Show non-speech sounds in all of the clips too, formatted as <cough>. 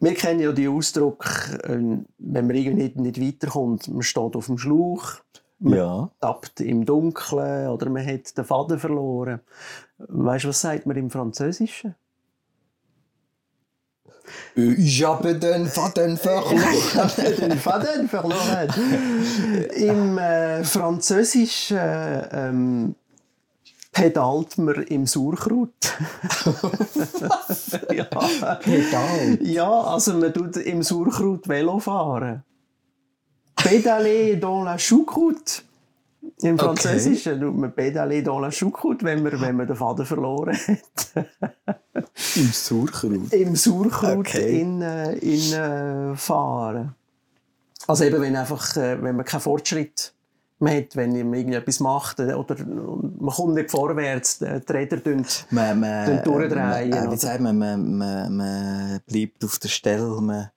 Wir kennen ja den Ausdruck, äh, wenn man irgendwie nicht, nicht weiterkommt, man steht auf dem Schlauch, man Ja. tappt im Dunkeln oder man hat den Faden verloren. Weißt du, was sagt man im Französischen? Äh, Ich habe den Faden verloren. <laughs> den Faden verloren. <laughs> Im äh, Französischen äh, ähm, pedalt man im Sauerkraut. <laughs> ja. <laughs> Pedal. ja, also man tut im Sauerkraut Velo fahren. Pédaler dans la choucroute. Im Okay. Französischen tut man pédaler dans la choucroute, wenn man, wenn man den Faden verloren hat. Im Sauerkraut. im Sauerkraut Okay. in, äh, in äh, fahren. Also eben, wenn, einfach, äh, wenn man keinen Fortschritt mehr hat, wenn man irgendetwas macht äh, oder man kommt nicht vorwärts, äh, die Räder tun. Man, man, Dann durchdrehen, Man, äh, wie oder? sagt man, man, man, man bleibt auf der Stelle, man,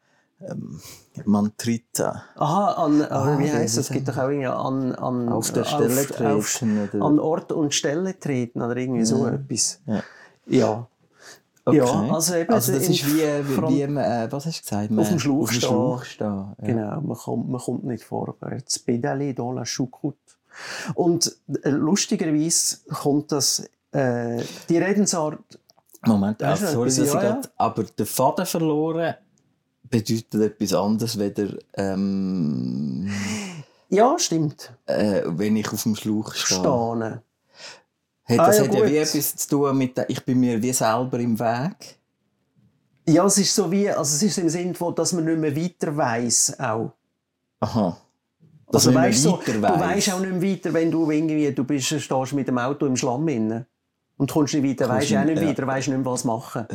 ähm, man tritt an. Aha, an, Ah, äh, wie heisst das das? Es gibt doch auch irgendwie an, an, Auf der Stelle auf- auf- treten, oder? An Ort und Stelle treten oder irgendwie so etwas. Ja. Ja. Ja, also eben, Also das im ist wie, wie, Fran- wie man, äh, was hast du gesagt? Man, dem Schlauch auf dem stehen. Schlauch stehen. Ja. Genau, man kommt, man kommt nicht vorwärts. Pédaler dans la choucroute. Und äh, lustigerweise kommt das, äh, die Redensart, Moment, Weißt du, äh, sorry, dass etwas- ich ja, ja. grad, aber der Faden verloren bedeutet etwas anderes, weder, ähm, ja, stimmt, äh, wenn ich auf dem Schlauch stehe. stehen. Hat, Ah, das ja, hat ja gut. wie etwas zu tun mit, der- ich bin mir wie selber im Weg. Ja, es ist so wie, also es ist im Sinn, von, dass man nicht mehr weiter weiss auch. Aha. Dass Also man weißt immer so, weiter du weiss. weißt auch nicht mehr weiter, wenn du irgendwie, du bist, stehst mit dem Auto im Schlamm inne und kommst nicht weiter, Kommst weißt auch nicht- nicht ja. weiter, weißt nicht mehr, was machen.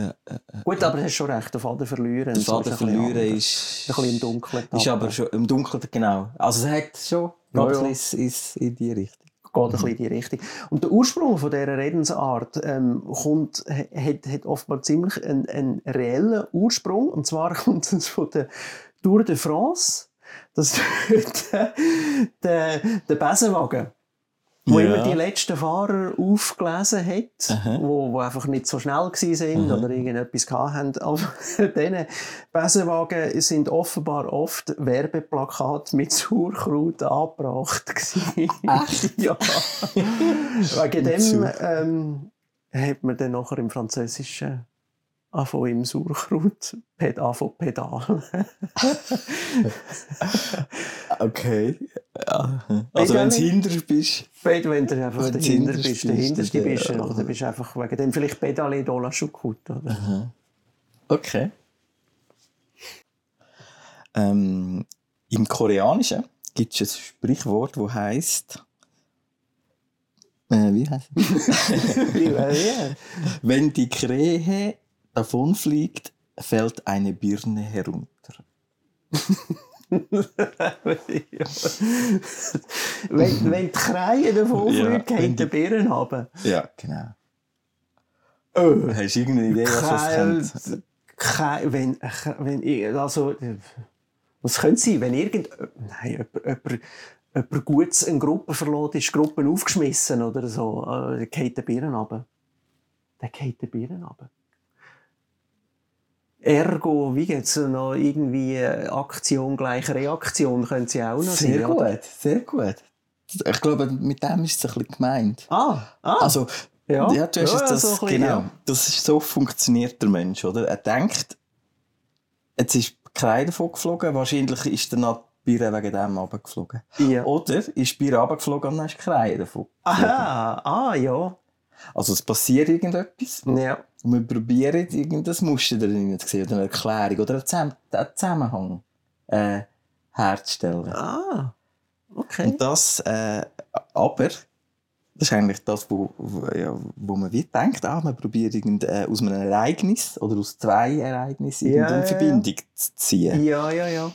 Gut, aber hast schon recht, den Faden verlieren. Der Faden verlieren ist. Ein bisschen im Dunkeln. Ist aber schon im Dunkeln, genau. Also es hat schon Ja, ja, ja. ein bisschen ist in die Richtung. geht ein Mhm. bisschen in die Richtung. Und der Ursprung von dieser Redensart ähm, kommt, h- hat, hat oftmals ziemlich einen, einen reellen Ursprung. Und zwar <laughs> kommt es von der Tour de France, das ist der, der, der Besenwagen. Wo Ja. immer die letzten Fahrer aufgelesen hat, Aha. wo, wo einfach nicht so schnell gewesen sind Aha. oder irgendetwas gehabt haben. Aber <laughs> diese Besenwagen sind offenbar oft Werbeplakate mit Sauerkraut angebracht gewesen. Echt? <laughs> ja. <laughs> Wegen Mit dem Sauerkraut. ähm, hat man dann nachher im Französischen angefangen im Sauerkraut ped, angefangen pedal. <laughs> Okay. Ja. Also wenn du Egal. hinter bist. Wenn wenn du einfach Wenn du dahinter hinterst bist, bist, dahinter bist, dann- bist, ja. oder du bist einfach wegen dem vielleicht Pedale Dola Schukut, <laughs> oder? Okay. Ähm, Im Koreanischen gibt es ein Sprichwort, das heisst. Äh, wie heißt es? ja, <laughs> ja. Wenn die Krähe davonfliegt, fällt eine Birne herunter. wenn, wenn die Kreie davon Ja, fliegt, wenn geht der Birnen haben. Ja, genau. Oh, hast du irgendeine Idee, was das Kein, könnte? kein, wenn, wenn, ich- also, äh, was könnte sein, wenn irgend, nein, jemand, jemand, jemand Gutes eine Gruppe verloren ist, Gruppen aufgeschmissen oder so, äh, dann geht der Birnen runter. Dann geht der Birnen runter. Ergo, wie geht's noch irgendwie äh, Aktion gleich Reaktion, können sie auch noch Sehr sein, oder? gut, sehr gut. Ich glaube, mit dem ist es ein bisschen gemeint. Ah, ah, Also, ja, du hast jetzt das, so ein bisschen, genau, ja. das ist so funktioniert der Mensch, oder? Er denkt, jetzt ist keiner davon geflogen, wahrscheinlich ist der Nat Bier wegen dem runtergeflogen. Ja. Oder ist Bier runtergeflogen und dann ist Kreide davon. Aha, ah, ja. Also es passiert irgendetwas Ja, und wir probieren irgendein Muster darin zu sehen, oder eine Erklärung oder einen, Zusammen einen Zusammenhang äh, herzustellen. ah, okay. Und das, äh, aber, das ist eigentlich das, wo, wo, ja, wo man wie denkt, ah, man probiert irgend, äh, aus einem Ereignis oder aus zwei Ereignissen Ja, irgendeine ja, ja. Verbindung zu ziehen. Ja, ja, ja.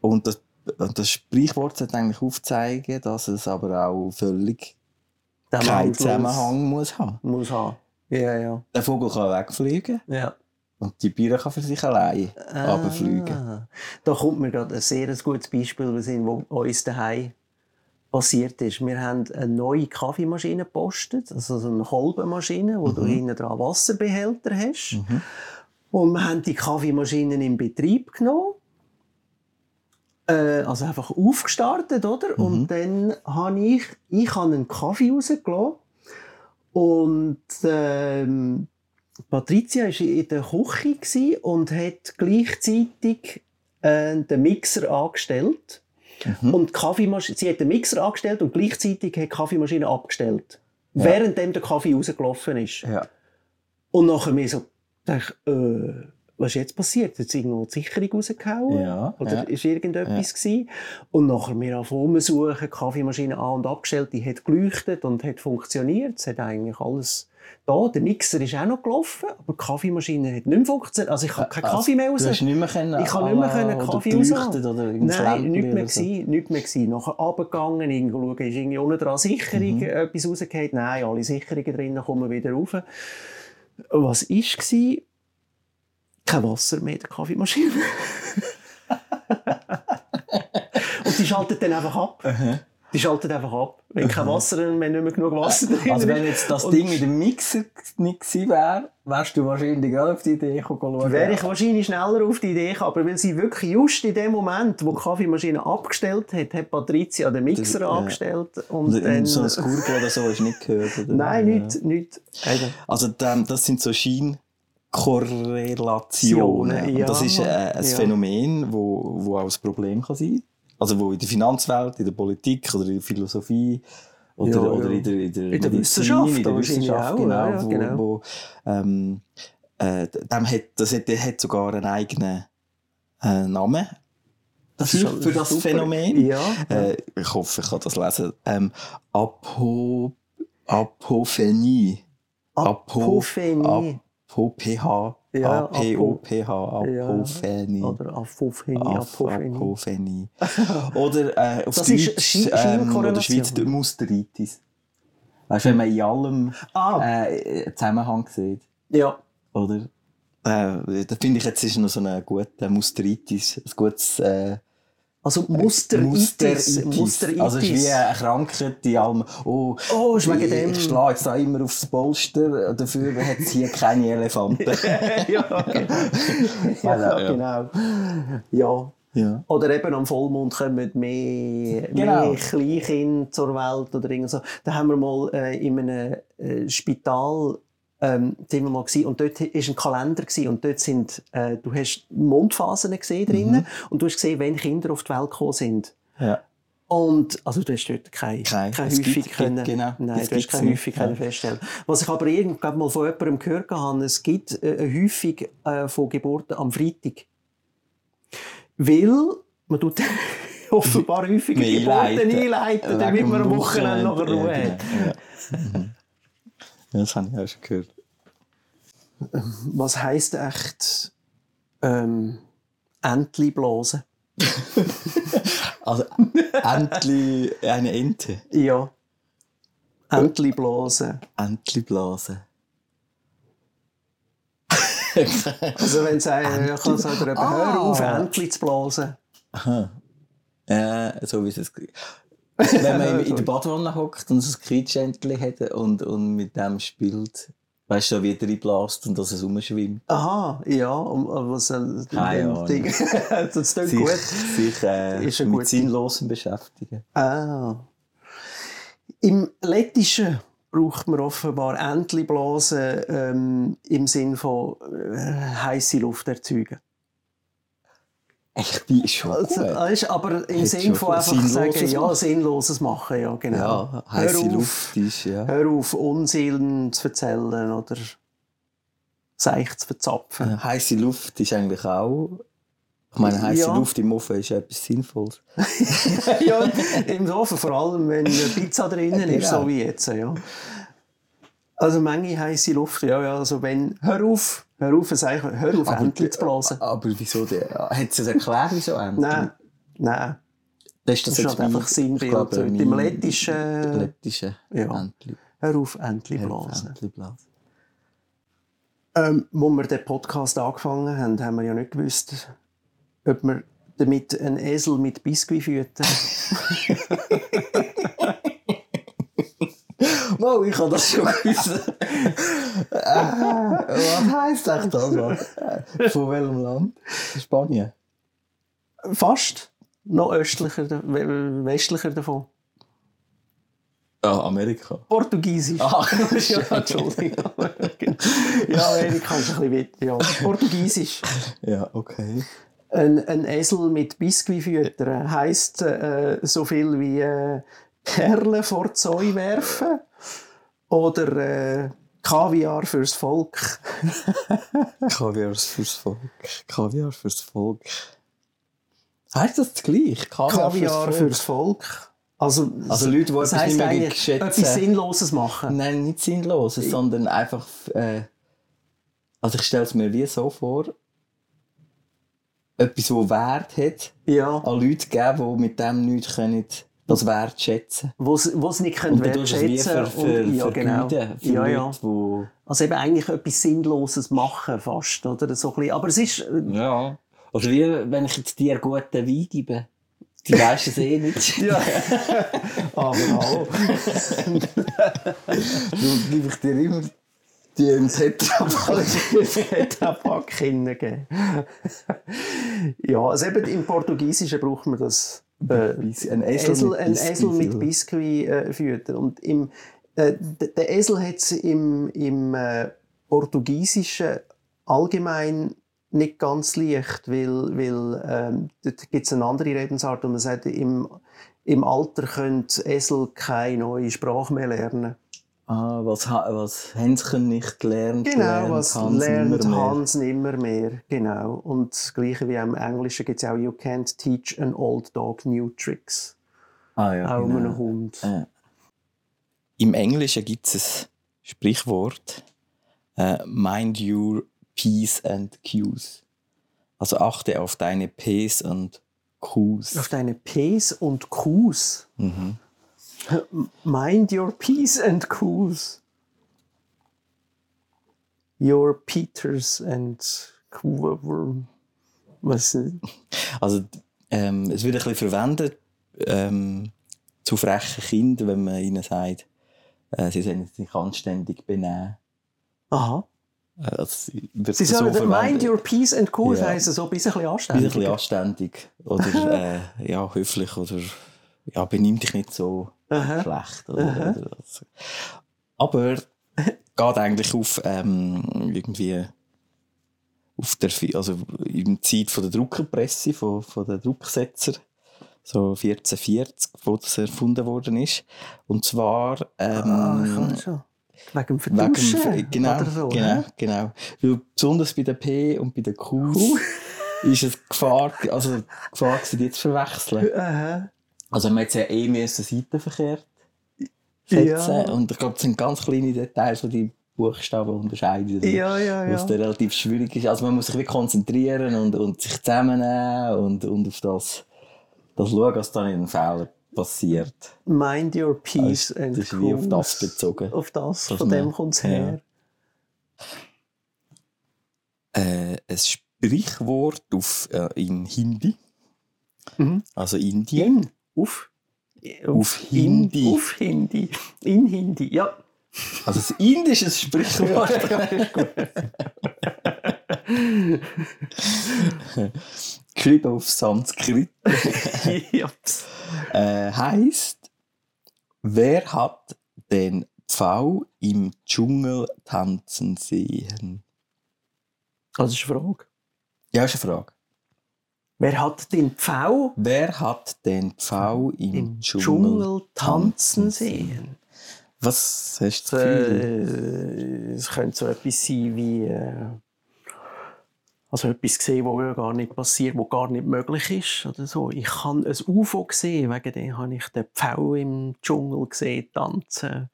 Und das, und das Sprichwort sollte eigentlich aufzeigen, dass es aber auch völlig Der keinen Mangel Zusammenhang muss haben. Muss haben. Ja, ja. Der Vogel kann wegfliegen ja. und die Bier kann für sich allein runterfliegen. Ah, Da kommt mir gerade ein sehr gutes Beispiel in den Sinn, wo uns daheim passiert ist. Wir haben eine neue Kaffeemaschine Mhm. gepostet, also so eine Kolbenmaschine, wo du hinten dran Wasserbehälter hast. Und wir haben die Kaffeemaschinen in Betrieb genommen. Äh, also einfach aufgestartet, oder? Mhm. Und dann habe ich, ich habe einen Kaffee rausgelassen. Und ähm, Patricia war in der Küche gsi und hat gleichzeitig äh, den Mixer angestellt. Mhm. Und die Kaffeemasch- sie hat den Mixer angestellt und gleichzeitig hat die Kaffeemaschine abgestellt. Ja. Währenddem der Kaffee rausgelaufen ist. Ja. Und nachher mir so, dachte ich, äh, was ist jetzt passiert? Hat sie irgendwo die Sicherung rausgehauen? Ja, Oder ja. ist irgendetwas gewesen? Und nachher mir auf umsuchen, Kaffeemaschine an- und abgestellt, die hat geleuchtet und hat funktioniert. Es hat eigentlich alles da. Der Mixer ist auch noch gelaufen, aber die Kaffeemaschine hat nicht mehr funktioniert. Also ich habe keinen Also, Kaffee mehr raus. Du hast nicht mehr können, Ich habe nicht mehr alle- können oder Kaffee geleuchtet raushauen. oder ins Nein, Lämpchen nichts mehr, oder <laughs> so. gewesen, nichts mehr gewesen. Nachher runtergegangen, irgendwo schauen, ist irgendwie unten dran Sicherung etwas rausgefallen. Nein, alle Sicherungen drinnen kommen wieder rauf. Was war? Kein Wasser mehr in der Kaffeemaschine. <laughs> Und die schaltet dann einfach ab. Aha. Die schaltet einfach ab. Wenn kein Wasser, wenn nicht mehr genug Wasser drin <laughs> Also ist. wenn jetzt das Und- Ding mit dem Mixer nicht gewesen wäre, wärst du wahrscheinlich gerade auf die Idee gekommen. schauen. Wäre ich wahrscheinlich schneller auf die Idee gekommen, aber weil sie wirklich just in dem Moment, wo die Kaffeemaschine abgestellt hat, hat Patricia den Mixer Das- ja. angestellt und Und dann... so ein Gurgel oder so ist nicht gehört. Oder? Nein, Ja. nicht, nicht. Also dann, das sind so Scheinkorrelationen. Ja, Und das ist äh, ein ja. Phänomen, wo, wo auch ein Problem kann sein Also wo in der Finanzwelt, in der Politik oder in der Philosophie oder, Ja, ja. oder in der, in der, der Medizin, Wissenschaft, in der aber wahrscheinlich Wissenschaft auch, genau, ja, ja, wo, genau. wo ähm, äh, dem hat, das hat, der hat sogar einen eigenen äh, Namen für, für das super. Phänomen. Ja. Äh, ich hoffe, ich kann das lesen. Ähm, Apo, Apophenie. Apo, Apophenie. Apoph, Mm. Ja, APOPH, Apophenie. Oder Apophenie. Af- Apophenie. <laughs> Apophenie. Oder äh, auf Das ist Deutsch, Schi- ähm, oder Scheinkorrelation. Schweiz, der Musteritis. Weißt du, wenn man in allem Ah, äh, einen Zusammenhang sieht, ja. oder? Äh, da finde ich, jetzt ist noch so eine gute Musteritis, ein gutes... Äh, Also Musteritis. Musteritis. Also es ist wie eine Krankheit, die allem... Oh, Oh, ist wegen ich, dem. ich schlage jetzt auch immer aufs Polster, dafür hat es hier keine <laughs> Elefanten. <laughs> ja, Ja, genau. ja, genau. Ja. ja. Oder eben am Vollmond kommen mehr, Genau. mehr Kleinkinder zur Welt oder irgend so. Da haben wir mal äh, in einem äh, Spital ähm, sind wir mal gewesen, und dort ist ein Kalender gewesen, und dort sind äh, du hast Mondphasen gesehen drinnen Mhm. und du hast gesehen, wenn Kinder auf die Welt gekommen sind. Ja. Und also du hast dort keine, Keine. keine, Es Häufig gibt- können, gibt- genau. nein, Das du hast gibt's keine nicht, Häufig ja. können feststellen. Was ich aber irgendwann mal von jemandem gehört habe, es gibt äh, eine Häufung äh, von Geburten am Freitag. Weil man <laughs> tut offenbar häufige Wir Geburten einleiten. einleiten, damit man am Wochenende noch Ruhe eh, ja, hat. genau, Ja. Mhm. ja, das habe ich auch schon gehört. Was heisst echt ähm, Entleiblasen? Also <laughs> endlich eine Ente. Ja. Entleiblasen. Endlich blasen. Also wenn es einer ich kann es halt eben, Ah. hör auf, Entli zu blasen. Aha. Äh, so wie es. <laughs> Wenn man in- in der Badwanne hockt und so ein Quietschentchen hat und, und mit dem spielt, weißt du, so wie er reinbläst und dass es rumschwimmt. Aha, ja, und äh, was soll Keine Ahnung. Ding? <laughs> das klingt Sich, gut. sich äh, Ist eine mit gute- Sinnlosem beschäftigen. Ah. Im Lettischen braucht man offenbar Entleiblasen ähm, im Sinn von äh, heiße Luft erzeugen. Ich bin schon Also, gut. weisst du, aber im Hätte Sinn schon von einfach Sinnloses sagen, ja, machen. Sinnloses machen, ja, genau. Ja, heiße Hör auf. Luft ist, ja. Hör auf, Unsinn zu erzählen oder Seich zu verzapfen. Ja, Heiße Luft ist eigentlich auch. Ich meine, heiße Ja. Luft im Ofen ist ja etwas Sinnvolles. ja, im Ofen, vor allem wenn eine Pizza drinnen ist, Genau. so wie jetzt. Ja. Also Menge heiße Luft, ja, ja. Also wenn, hör auf, hör auf, sag ich, hör auf, Aber- Entli zu blasen. Aber Ah, wieso ah, der? Hat es eine Erklärung so endlich? Nein, nein. Das ist, Das ist halt einfach Sinnbild. Mit dem lettischen- lettischen Ja. Entli- Hör auf, Entli blasen. Entliblasen. Ähm, als wir den Podcast angefangen haben, haben wir ja nicht gewusst, ob wir damit einen Esel mit Biskuit füttern. Wow, ich habe das schon gewusst. <laughs> Ah, was heisst echt das? Mann? Von welchem Land? Spanien. Fast. Noch östlicher, da- we- westlicher davon. Ah, Amerika. Portugiesisch. Ah, <laughs> ja, Entschuldigung. genau. <laughs> ja, Amerika ist ein bisschen weit. Ja. Portugiesisch. Ja, okay. Ein, ein Esel mit Biskuitfüttern heisst äh, so viel wie äh, Perlen vor Zeu werfen oder äh, Kaviar fürs Volk. Kaviar fürs Volk. Kaviar fürs Volk. Heißt das gleich? Kaviar, Kaviar fürs Volk. Also, Also Leute, die das etwas heisst nicht mehr eigentlich schätzen. etwas Sinnloses machen. Nein, nicht sinnlos, sondern einfach. Äh, also ich stelle es mir wie so vor, etwas, wo Wert hat, Ja. an Leute geben, die mit dem nichts können, das Wert schätzen. Wo es nicht können Und dann tust du es dus wie wertschätzen für, für, und- für, genau. für ja, ja. Leute, wo Also eben eigentlich etwas Sinnloses machen fast, oder? So ein bisschen. Aber es ist... äh, Ja. Oder wie wenn ich jetzt dir guten Wein gebe. Die weisst es eh <laughs> nicht. Ja. <laughs> Aber hallo. Darum gebe ich dir immer die im Tetrapack. Also, Tabak hingeben. ja, also eben im Portugiesischen braucht man das äh, Ein Esel, Esel, ein Esel mit Biskuit. Biskuit äh, füttern. Und im, äh, d- der Esel hat es im, im äh, Portugiesischen allgemein nicht ganz leicht, weil, weil ähm, dort gibt es eine andere Redensart und man sagt, im, im Alter können Esel keine neue Sprache mehr lernen. Ah, was, ha- was Hänschen nicht lernt, Genau, lernt was Hans lernt nimmer mehr. Hans nimmer mehr. Genau. Und das Gleiche wie im Englischen gibt es auch You can't teach an old dog new tricks. Ah, ja, auch einem genau. Hund. Äh. Im Englischen gibt es ein Sprichwort: äh, Mind your P's and Q's. Also achte auf deine P's und Auf Q's. deine P's und Q's. Mhm. <laughs> Mind your P's and Q's. Your Peters and Q's. Was? äh, Also ähm, es wird ein bisschen verwendet ähm, zu frechen Kindern, wenn man ihnen sagt, äh, sie sollen sich anständig benehmen. Aha. Äh, Also, sie wird Sie so sagen, mind verwendet. your P's and Q's Ja. heisst so ein bisschen Bist ein anständig. bisschen anständig oder <laughs> äh, ja, höflich oder ja, benimm dich nicht so Aha. schlecht. Oder, oder, also. Aber geht eigentlich auf ähm, irgendwie auf der, Fi- also in der Zeit von der Druckerpresse, von, von den Drucksetzer, so 1440, wo das erfunden worden ist. Und zwar Ah, ich ähm, kann schon. Wegen dem wegen Vertuschen? dem, genau, oder so, genau, hä? genau. Weil besonders bei den P und bei den Qs <laughs> ist es Gefahr, also Gefahr, gewesen, die zu verwechseln. Aha. Also man hätte ja eh müssen Seiten verkehrt setzen Ja. und ich glaube, das sind ganz kleine Details, die die Buchstaben unterscheiden. Ja, ja, Was ja. dann relativ schwierig ist. Also man muss sich wirklich konzentrieren und, und sich zusammennehmen und, und auf das, das schauen, dass da nicht ein Fehler passiert. Mind your peace Das and ist wie auf cool. das bezogen. Auf das, Dass von dem man- kommt es ja. her. Äh, ein Sprichwort auf, äh, in Hindi, Mhm. also Indien. In, auf, Auf in, Hindi. Auf Hindi. In Hindi, ja. Also ein <laughs> indisches Sprichwort. Geschrieben auf Sanskrit. ja. äh, heißt, wer hat den Pfau im Dschungel tanzen sehen? Das ist eine Frage. Ja, ist eine Frage. Wer hat den Pfau Wer hat den Pfau im, im Dschungel, Dschungel tanzen tanzen sehen? Was hast du das Gefühl? Äh, es könnte so etwas sein wie. Äh, also etwas gesehen, wo ja gar nicht passiert, wo gar nicht möglich ist oder so. Ich habe ein UFO gesehen, wegen dem habe ich den Pfau im Dschungel gesehen tanzen.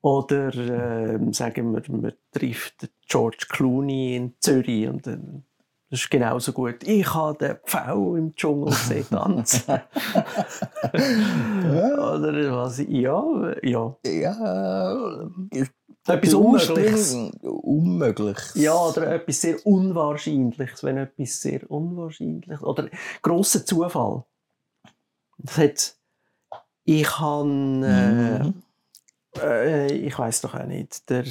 Oder ähm, sagen wir, man trifft den George Clooney in Zürich und dann das ist genauso gut. Ich habe den Pfau im Dschungel gesehen tanzen. Oder was? Ja, ja. Ja, äh, Etwas Unmögliches. Unmögliches. Ja, oder etwas sehr Unwahrscheinliches, wenn etwas sehr Unwahrscheinliches. Oder grosser Zufall. Das hat, ich habe äh, Mhm. Äh, ich weiß doch auch nicht. Der,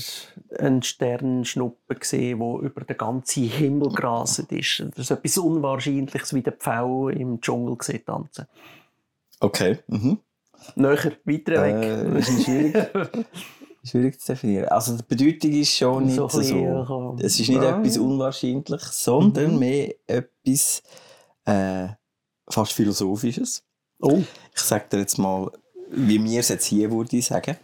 ein Sternschnuppe gesehen, wo über den ganzen Himmel graset ist. Das ist etwas Unwahrscheinliches, wie der Pfau im Dschungel gesehen tanzen. Okay. Mhm. Näher, weiter Äh, weg. ist <laughs> nicht schwierig. Schwierig zu definieren. Also die Bedeutung ist schon nicht so. ein bisschen, ja. Es ist nicht Ja. etwas Unwahrscheinliches, sondern Mhm. mehr etwas äh, fast Philosophisches. Oh, Ich sage dir jetzt mal, wie wir es jetzt hier würde ich sagen.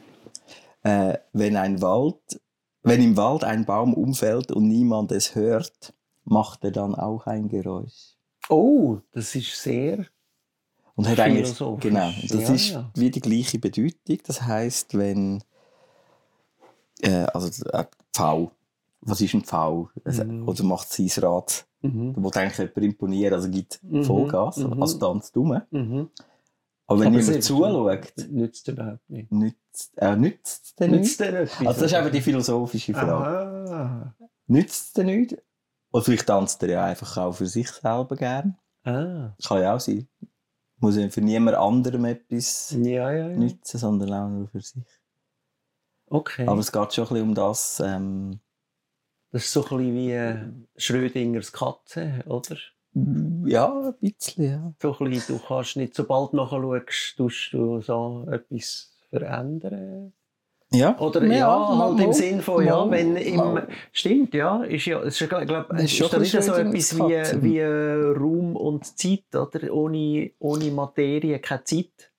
Äh, wenn, ein Wald, wenn im Wald ein Baum umfällt und niemand es hört, macht er dann auch ein Geräusch. oh, das ist sehr. Und hat eigentlich, Philosophisch, genau, das ja, ist ja. wie die gleiche Bedeutung. Das heißt, wenn äh, also äh, V, was ist ein V? Also, Mhm. Oder macht sein Rad? Mhm. Da will eigentlich jemand imponieren, also gibt Mhm, Vollgas, mhm. also tanzt dumm. Aber Mhm. wenn Aber niemand sehr- zuschaut, Nützt überhaupt nicht. nützt äh, nützt es Mhm. denn nichts? dir etwas? Also das ist einfach die philosophische Frage. Aha. Nützt es denn nichts? Oder vielleicht tanzt er ja einfach auch für sich selber gern. Ah. Kann ja auch sein. Muss ja für niemand anderem etwas Ja, ja, ja. nützen, sondern auch nur für sich. Okay. Aber es geht schon ein bisschen um das. Ähm, Das ist so ein bisschen wie äh, Schrödingers Katze, oder? ja, ein bisschen. Ja. So ein bisschen, du kannst nicht, sobald du nachschaust, tust du so etwas verändern. ja. Oder ja, Ja, halt mal- im Sinn von, ja, mal- wenn im... mal. Stimmt, ja, ist ja, ist, ja, glaub, Das ist ist, schon ist da ein nicht so Schrödingers etwas wie, Katze. wie äh, Raum und Zeit, oder? Ohne, ohne Materie keine Zeit.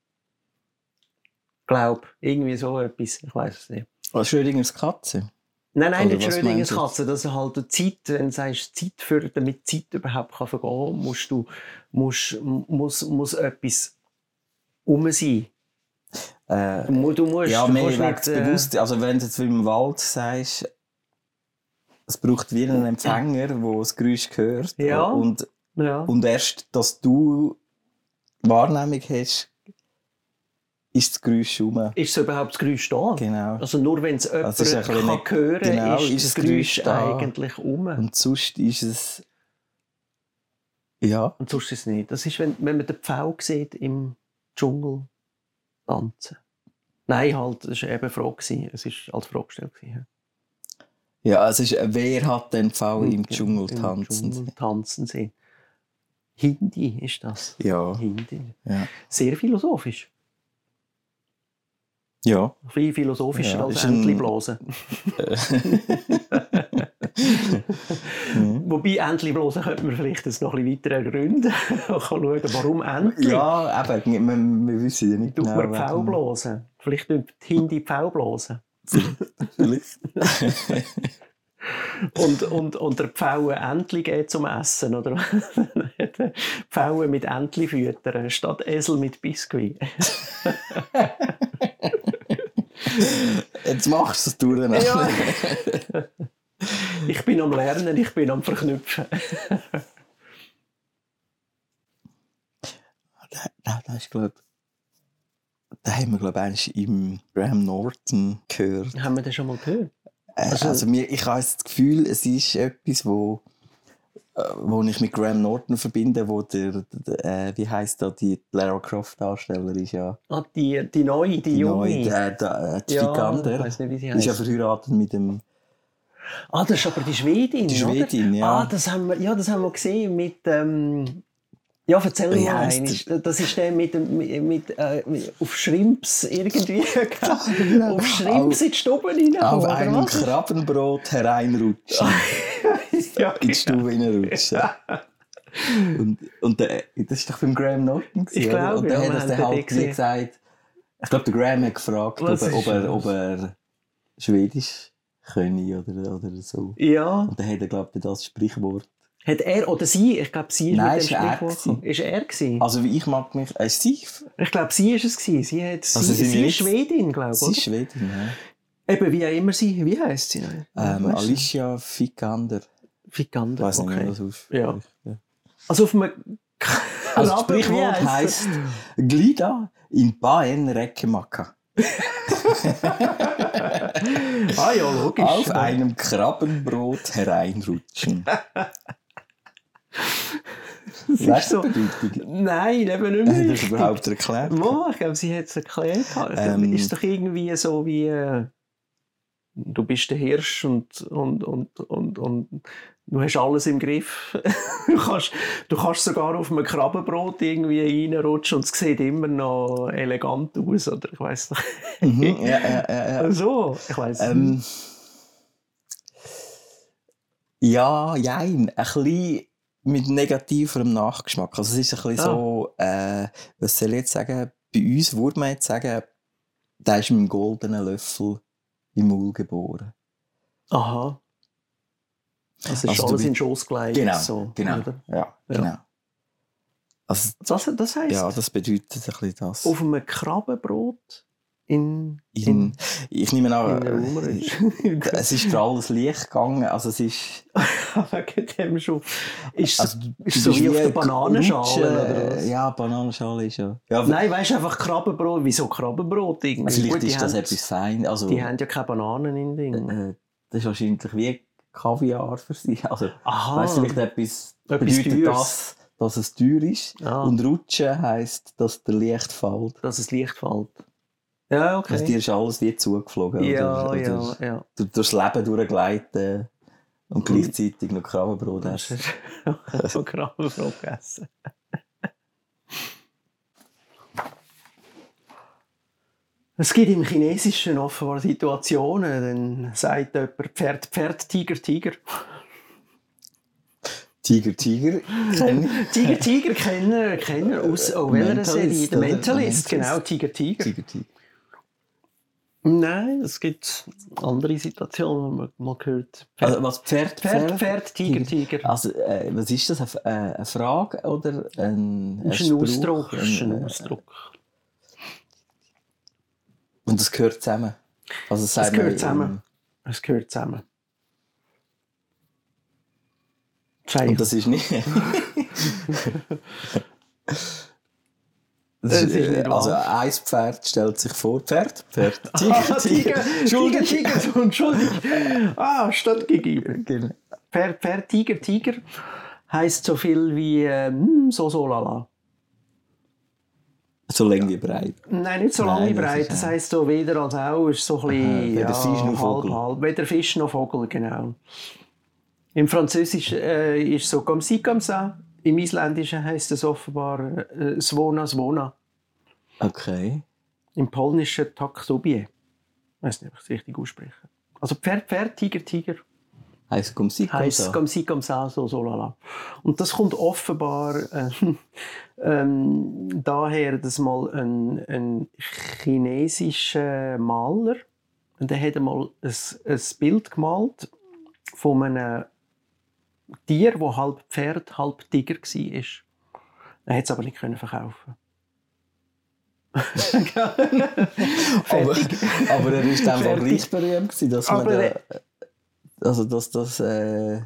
Glaub, irgendwie so etwas, ich weiß es nicht. Was Oh, Schrödingers Katze. Nein, nein, Oder nicht was Schrödingers meinst du? Katze. Das ist halt die Zeit, wenn du sagst, Zeit für, damit Zeit überhaupt kann vergehen kann, musst du, musst, muss, muss etwas um sein. Äh, Du mu- du musst, ja, du mehr kannst wegen nicht, des äh, Bewusstseins. Also wenn du jetzt im Wald sagst, es braucht wie einen Empfänger, der das Geräusch hört. Ja. Und, Ja. und erst, dass du Wahrnehmung hast, ist das Geräusch rum. Ist so überhaupt das Geräusch da? Genau. Also nur wenn es jemand Also es ist ein kann bisschen nicht- hören kann, genau, ist, ist das das Geräusch Geräusch da? eigentlich um. Und sonst ist es... Ja. Und sonst ist es nicht. Das ist, wenn, wenn man den Pfau sieht im Dschungel tanzen. Nein, halt, das war eben eine Frage. gewesen. Es war als Frage gestellt. gewesen, Ja, es ist, äh, wer hat den ja. V im Dschungel Im tanzen? Dschungel tanzen sehen. Hindi ist das. Ja. Hindi. Ja. Sehr philosophisch. Ja. Ein bisschen philosophischer Ja, als ist ein- Entli-Blasen. Mhm. Wobei Entli-Blasen könnte man vielleicht jetzt noch ein bisschen weiter ergründen. <laughs> Man kann schauen, warum Entli. <laughs> ja, eben, wir, wir wissen ja nicht genau, Tut man wer- Pfau blasen? Vielleicht tut die Hindi Pfau blasen. Vielleicht. Und, und, und der Pfau ein Entli geht zum Essen, oder? <laughs> Pfau mit Entli füttern, statt Esel mit Biskuit. Jetzt machst du es durch. Ja. ich bin am Lernen, ich bin am Verknüpfen. <laughs> Da, da ist, glaub, da haben wir, glaube ich, im Graham Norton gehört. Haben wir das schon mal gehört? Äh, Also- also, mir, ich habe jetzt das Gefühl, es ist etwas, wo, äh, wo ich mit Graham Norton verbinde, wo der, der äh, wie heißt da die Lara Croft Darsteller ist ja Ah, die, die neue, die, junge. neue, der, der, der ich Vikander. weiß nicht, wie sie ist ja heißt. verheiratet mit dem Ah, das ist aber die Schwedin, die Schwedin, oder? ja. Ah, das haben wir, ja, das haben wir gesehen mit... Ähm, ja, erzähl Wie mal heisst eines. Das ist der mit, dem- mit, mit äh, auf Schrimps <laughs> irgendwie, gell? auf Schrimps in die Stube rein, genau. auf oder einem was? Krabbenbrot hereinrutschen, <laughs> ja, in die Stube reinrutschen. und, und der, das ist doch beim Graham Norton gewesen, Ich oder? glaube, Und ja, der wir hat das haben dann den halt wie gesehen. gesagt, ich glaube, der Graham hat gefragt, ob Was er, ist ob, er, das? ob er Schwedisch könne oder, oder so. ja. Und dann hat er, glaube ich, das Sprichwort. Hat er oder sie? Ich glaube, sie ist Nein, mit dem ist er Sprichwort gewesen. gekommen. Ist er gewesen? Also wie ich mag mich, äh, ist sie, Ich glaube, sie ist es gewesen. Sie, hat, sie, Also sie, sind wir ist jetzt- Schwedin, glaube ich, sie ist oder? Schwedin, ja. Eben, wie auch immer sie, wie heisst sie? noch? Ähm, Weißt du? Alicia Vikander. Ich Vikander, weiß nicht, wie okay. man das ausspricht. Ja. Ja. Also auf einem Also das Lappen, wie Sprichwort heisst heisst Glida in Baen Reckemacka. <laughs> es? Ah ja, logisch. Auf Ja. einem <laughs> Krabbenbrot hereinrutschen. Das ist so. Bedeutung. Nein, eben nicht mehr. Hat er das richtig. überhaupt erklärt? Mal, ich glaube, sie hat es erklärt. Also, Ähm. ist doch irgendwie so wie. Äh, du bist der Hirsch und, und, und, und, und du hast alles im Griff. <laughs> du, kannst, du kannst sogar auf einem Krabbenbrot irgendwie reinrutschen und es sieht immer noch elegant aus. Oder ich weiß nicht. Mhm, ja, ja, ja, ja. So, ich weiß Ähm, ja, jein. Ein bisschen mit negativerem Nachgeschmack. Also es ist ein bisschen Ah. so, äh, was soll ich jetzt sagen, bei uns würde man jetzt sagen, der ist mit dem goldenen Löffel im Maul geboren. Aha. Es ist Also du alles bist- in den Schoss gelegt. Genau, so, genau. oder? Ja, genau. Also, Das, das heisst, ja, das bedeutet ein bisschen das. auf einem Krabbenbrot in, in, in, ich nehme in, an, einer äh, <laughs> Umriss. es ist dir alles leicht gegangen. Also es ist... Wegen dem schon. Ist Also, du- ist du so bist wie auf ein der Bananenschale, Rutsche, oder was? äh, Ja, Bananenschale ist ja. ja aber Also, Nein, weißt du, einfach Krabbenbrot. Wieso Krabbenbrot? Irgendwie? Also, vielleicht Gut, die ist das haben- etwas fein. Also, Die haben ja keine Bananen in Ding. äh, das ist wahrscheinlich wie Kaviar für sie. <laughs> Also, Aha. weißt du, vielleicht etwas, Ah. Etwas bedeutet Teures. das, dass es teuer ist. ah, Und rutschen heisst, dass der Licht fällt. dass es leicht fällt. Ja, okay. Also, dir ist alles wie zugeflogen. ja, oder, ja, Oder ja. durch, durchs Leben durchgleiten und Mhm. gleichzeitig noch Krabbenbrot essen. <laughs> So Krabbenbrot gegessen. Es gibt im Chinesischen offenbar Situationen, dann sagt jemand Pferd, Pferd, Tiger, Tiger. Tiger, Tiger, kenne ich. <laughs> Tiger Tiger Kenner, Kenner aus oh, welcher Mentalist, Serie? Der oder? Mentalist, Mentalist. genau, Tiger Tiger. Tiger, Tiger. Nein, es gibt andere Situationen, wo man mal gehört. Pferd, Also, was Pferd, Pferd, Pferd, Tiger, Tiger. Ah, Also, äh, was ist das? Eine, äh, eine Frage oder ein, Das ist ein Ausdruck. Spruch? Das ist ein Ein- äh, Ausdruck. Und das gehört zusammen. Also, das sagt man gehört im- zusammen. Es gehört zusammen. Zeichen. Und das ist nicht. Das ist nicht wahr. also ein Pferd stellt sich vor, Pferd, Pferd, Ah, <laughs> Tiger, Tiger, Tiger, Tiger, Entschuldigung. Tiger, entschuldig. Ah, stattgegeben. Genau. Per, per Tiger, Tiger heißt so viel wie äh, mm, so, so, lala. So lang wie breit. Nein, nicht so lange Nein, das breit. ist Das ja- heisst, so weder als auch ist so ein Aha, bisschen. weder Fisch noch Vogel. Halb, halb. Weder Fisch noch Vogel, genau. Im Französischen äh, ist so comme si, comme ça. Im Isländischen heisst es offenbar äh, svona, svona. Okay. Im Polnischen tak tobie. Ich weiß nicht, ob ich es richtig ausspreche. Also Pferd, Pferd, Tiger, Tiger. Heißt komm sie, komm Heißt so. comme si, comme ça, so, so, lala. Und das kommt offenbar äh, <laughs> ähm, daher, dass mal ein, ein chinesischer Maler, der hat mal ein, ein Bild gemalt von einem Tier, das halb Pferd, halb Tiger war. Er hätte es aber nicht können verkaufen. <laughs> Aber, Fertig. aber er ist einfach Fertig. reich berühmt, gewesen, dass man Aber da, also dass das äh,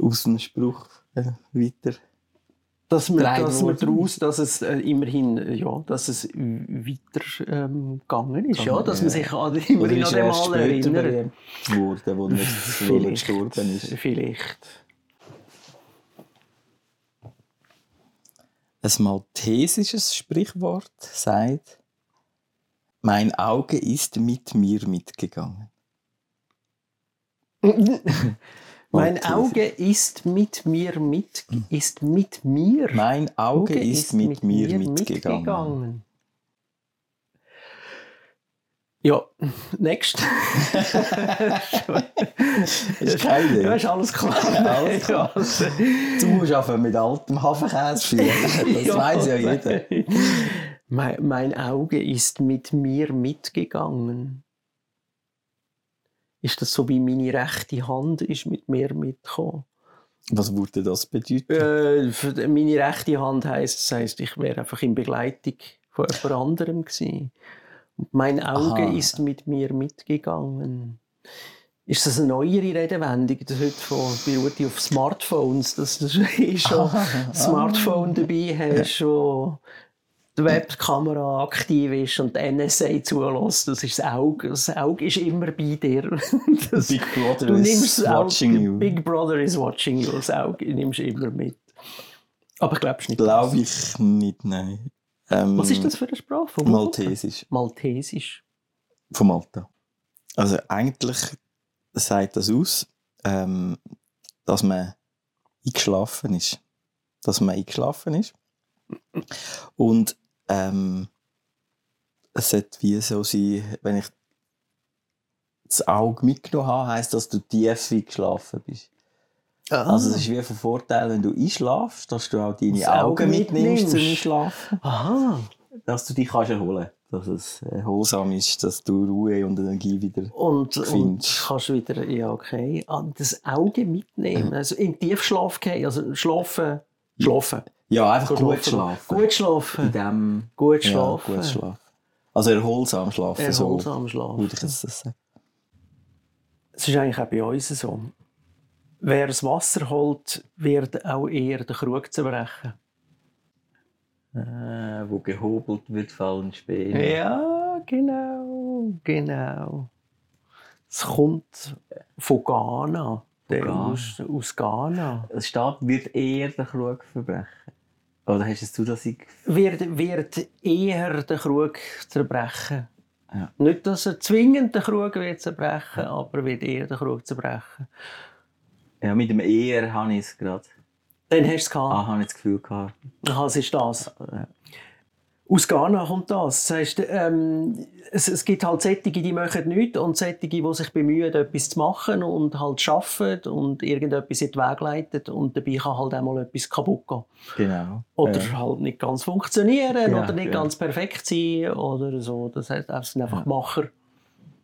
aus dem Spruch äh, weiter. dass man, Drei dass man Worte. daraus, dass es äh, immerhin äh, ja, dass es w- weiter ähm, gegangen ist, ja, Gegangen, dass man ja. sich an, immerhin an ist dem erst Mal später erinnert. berühmt worden, wo er, <laughs> wo er gestorben ist. vielleicht. Ein maltesisches Sprichwort sagt: Mein Auge ist mit mir mitgegangen. <laughs> mein Malteser. Auge ist mit mir mit ist mit mir. Mein Auge ist mit, mir, mitgegangen. Ja, <laughs> next. <laughs> Ist keine Idee. Ja, ist alles klar. <laughs> Alles klar. Also, Du musst einfach mit altem <laughs> Hafenkäse führen. Das weiß ja jeder. <laughs> Mein, mein Auge ist mit mir mitgegangen. Ist das so wie meine rechte Hand ist mit mir mitgekommen? Was würde das bedeuten? Äh, für die- meine rechte Hand heißt, das heißt, ich wäre einfach in Begleitung von jemand anderem gewesen. Und mein Auge Aha. ist mit mir mitgegangen. Ist das eine neuere Redewendung, das heute von beruht auf Smartphones, dass du eh <laughs> <laughs> schon ein Ah. Smartphone dabei hast, wo die Webkamera aktiv ist und die NSA zulässt, das ist das Auge. Das Auge ist immer bei dir. <laughs> Das, Big Brother du is nimmst das watching Auge, you. Big Brother is watching you. Das Auge nimmst du immer mit. Aber glaubst du nicht? Glaube ich nicht, nein. Ähm, Was ist das für eine Sprache? Von wo kommt das? Maltesisch. Maltesisch. Von Malta. Also eigentlich sagt das aus, ähm, dass man eingeschlafen ist. Dass man eingeschlafen ist. Und ähm, es sollte wie so sein, wenn ich das Auge mitgenommen habe, heisst das, dass du tief eingeschlafen bist. Also Ah. es ist wie von Vorteil, wenn du einschlafst, dass du auch deine Das Auge Augen mitnimmst zum mitnimmst. Einschlafen. Aha. Dass du dich kannst erholen kannst. Dass es äh, erholsam ist, dass du Ruhe und Energie wieder... Und, und Findest. kannst wieder, ja, okay, Ah, das Auge Ähm. mitnehmen. Also in Tiefschlaf gehen, also schlafen. Schlafen. Ja, einfach Schlafen. gut schlafen. Gut In schlafen. dem... Gut Ja, schlafen. gut schlafen. Also erholsam schlafen. Erholsam So, schlafen. würde ich jetzt das sagen. Es ist eigentlich auch bei uns so. Wer das Wasser holt, wird auch eher den Krug zerbrechen. Äh, wo gehobelt wird, fallen Späne. Ja, genau, genau. Es kommt von Ghana, der Ghana. Aus, aus Ghana. Es steht, wird eher der Krug verbrechen. Oder hast du das Wird, wird eher den Krug zerbrechen. Ja. Nicht, dass er zwingend den Krug wird zerbrechen, aber wird eher den Krug zerbrechen. Ja, mit dem eher habe ich es gerade. Dann hast du es gehabt. Ah, habe ich das Gefühl gehabt. Aha, es ist das. Aus Ghana kommt das. Das heisst, ähm, es, es gibt halt Sättige, die machen nichts und Sättige, die sich bemühen, etwas zu machen und halt arbeiten und irgendetwas in den Weg leiten und dabei kann halt auch mal etwas kaputt gehen. Genau. Äh, Oder Ja. halt nicht ganz funktionieren Ja, oder nicht ja. ganz perfekt sein oder so. Das heisst, es sind einfach Ja. Macher.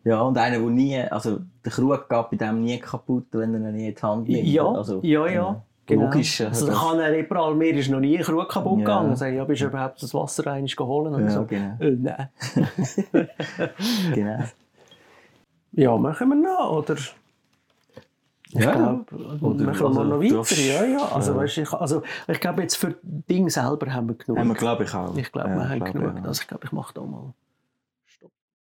ja, und einer, der nie, also der Krug geht bei dem nie kaputt, wenn er ihn nie in die Hand nimmt. Ja, also, ja, ja. Genau. Logisch. Also, das- da kann er überall, mir ist noch nie ein Krug kaputt Ja. gegangen. Sagen, ja, bist du überhaupt das Wasser reinisch geholt? Und ja, so. genau. Äh, nein. <laughs> genau. Ja, machen wir noch, oder? Ich Ja. glaube, Oder- machen wir noch also, weiter. darfst- Ja, ja. Also, ja. weißt, ich, also, ich glaube, jetzt für Ding selber haben wir genug. Haben wir, glaube ich, auch. ich glaube, Ja, wir haben glaube genug. ich auch. Also, ich glaube, ich mache da mal.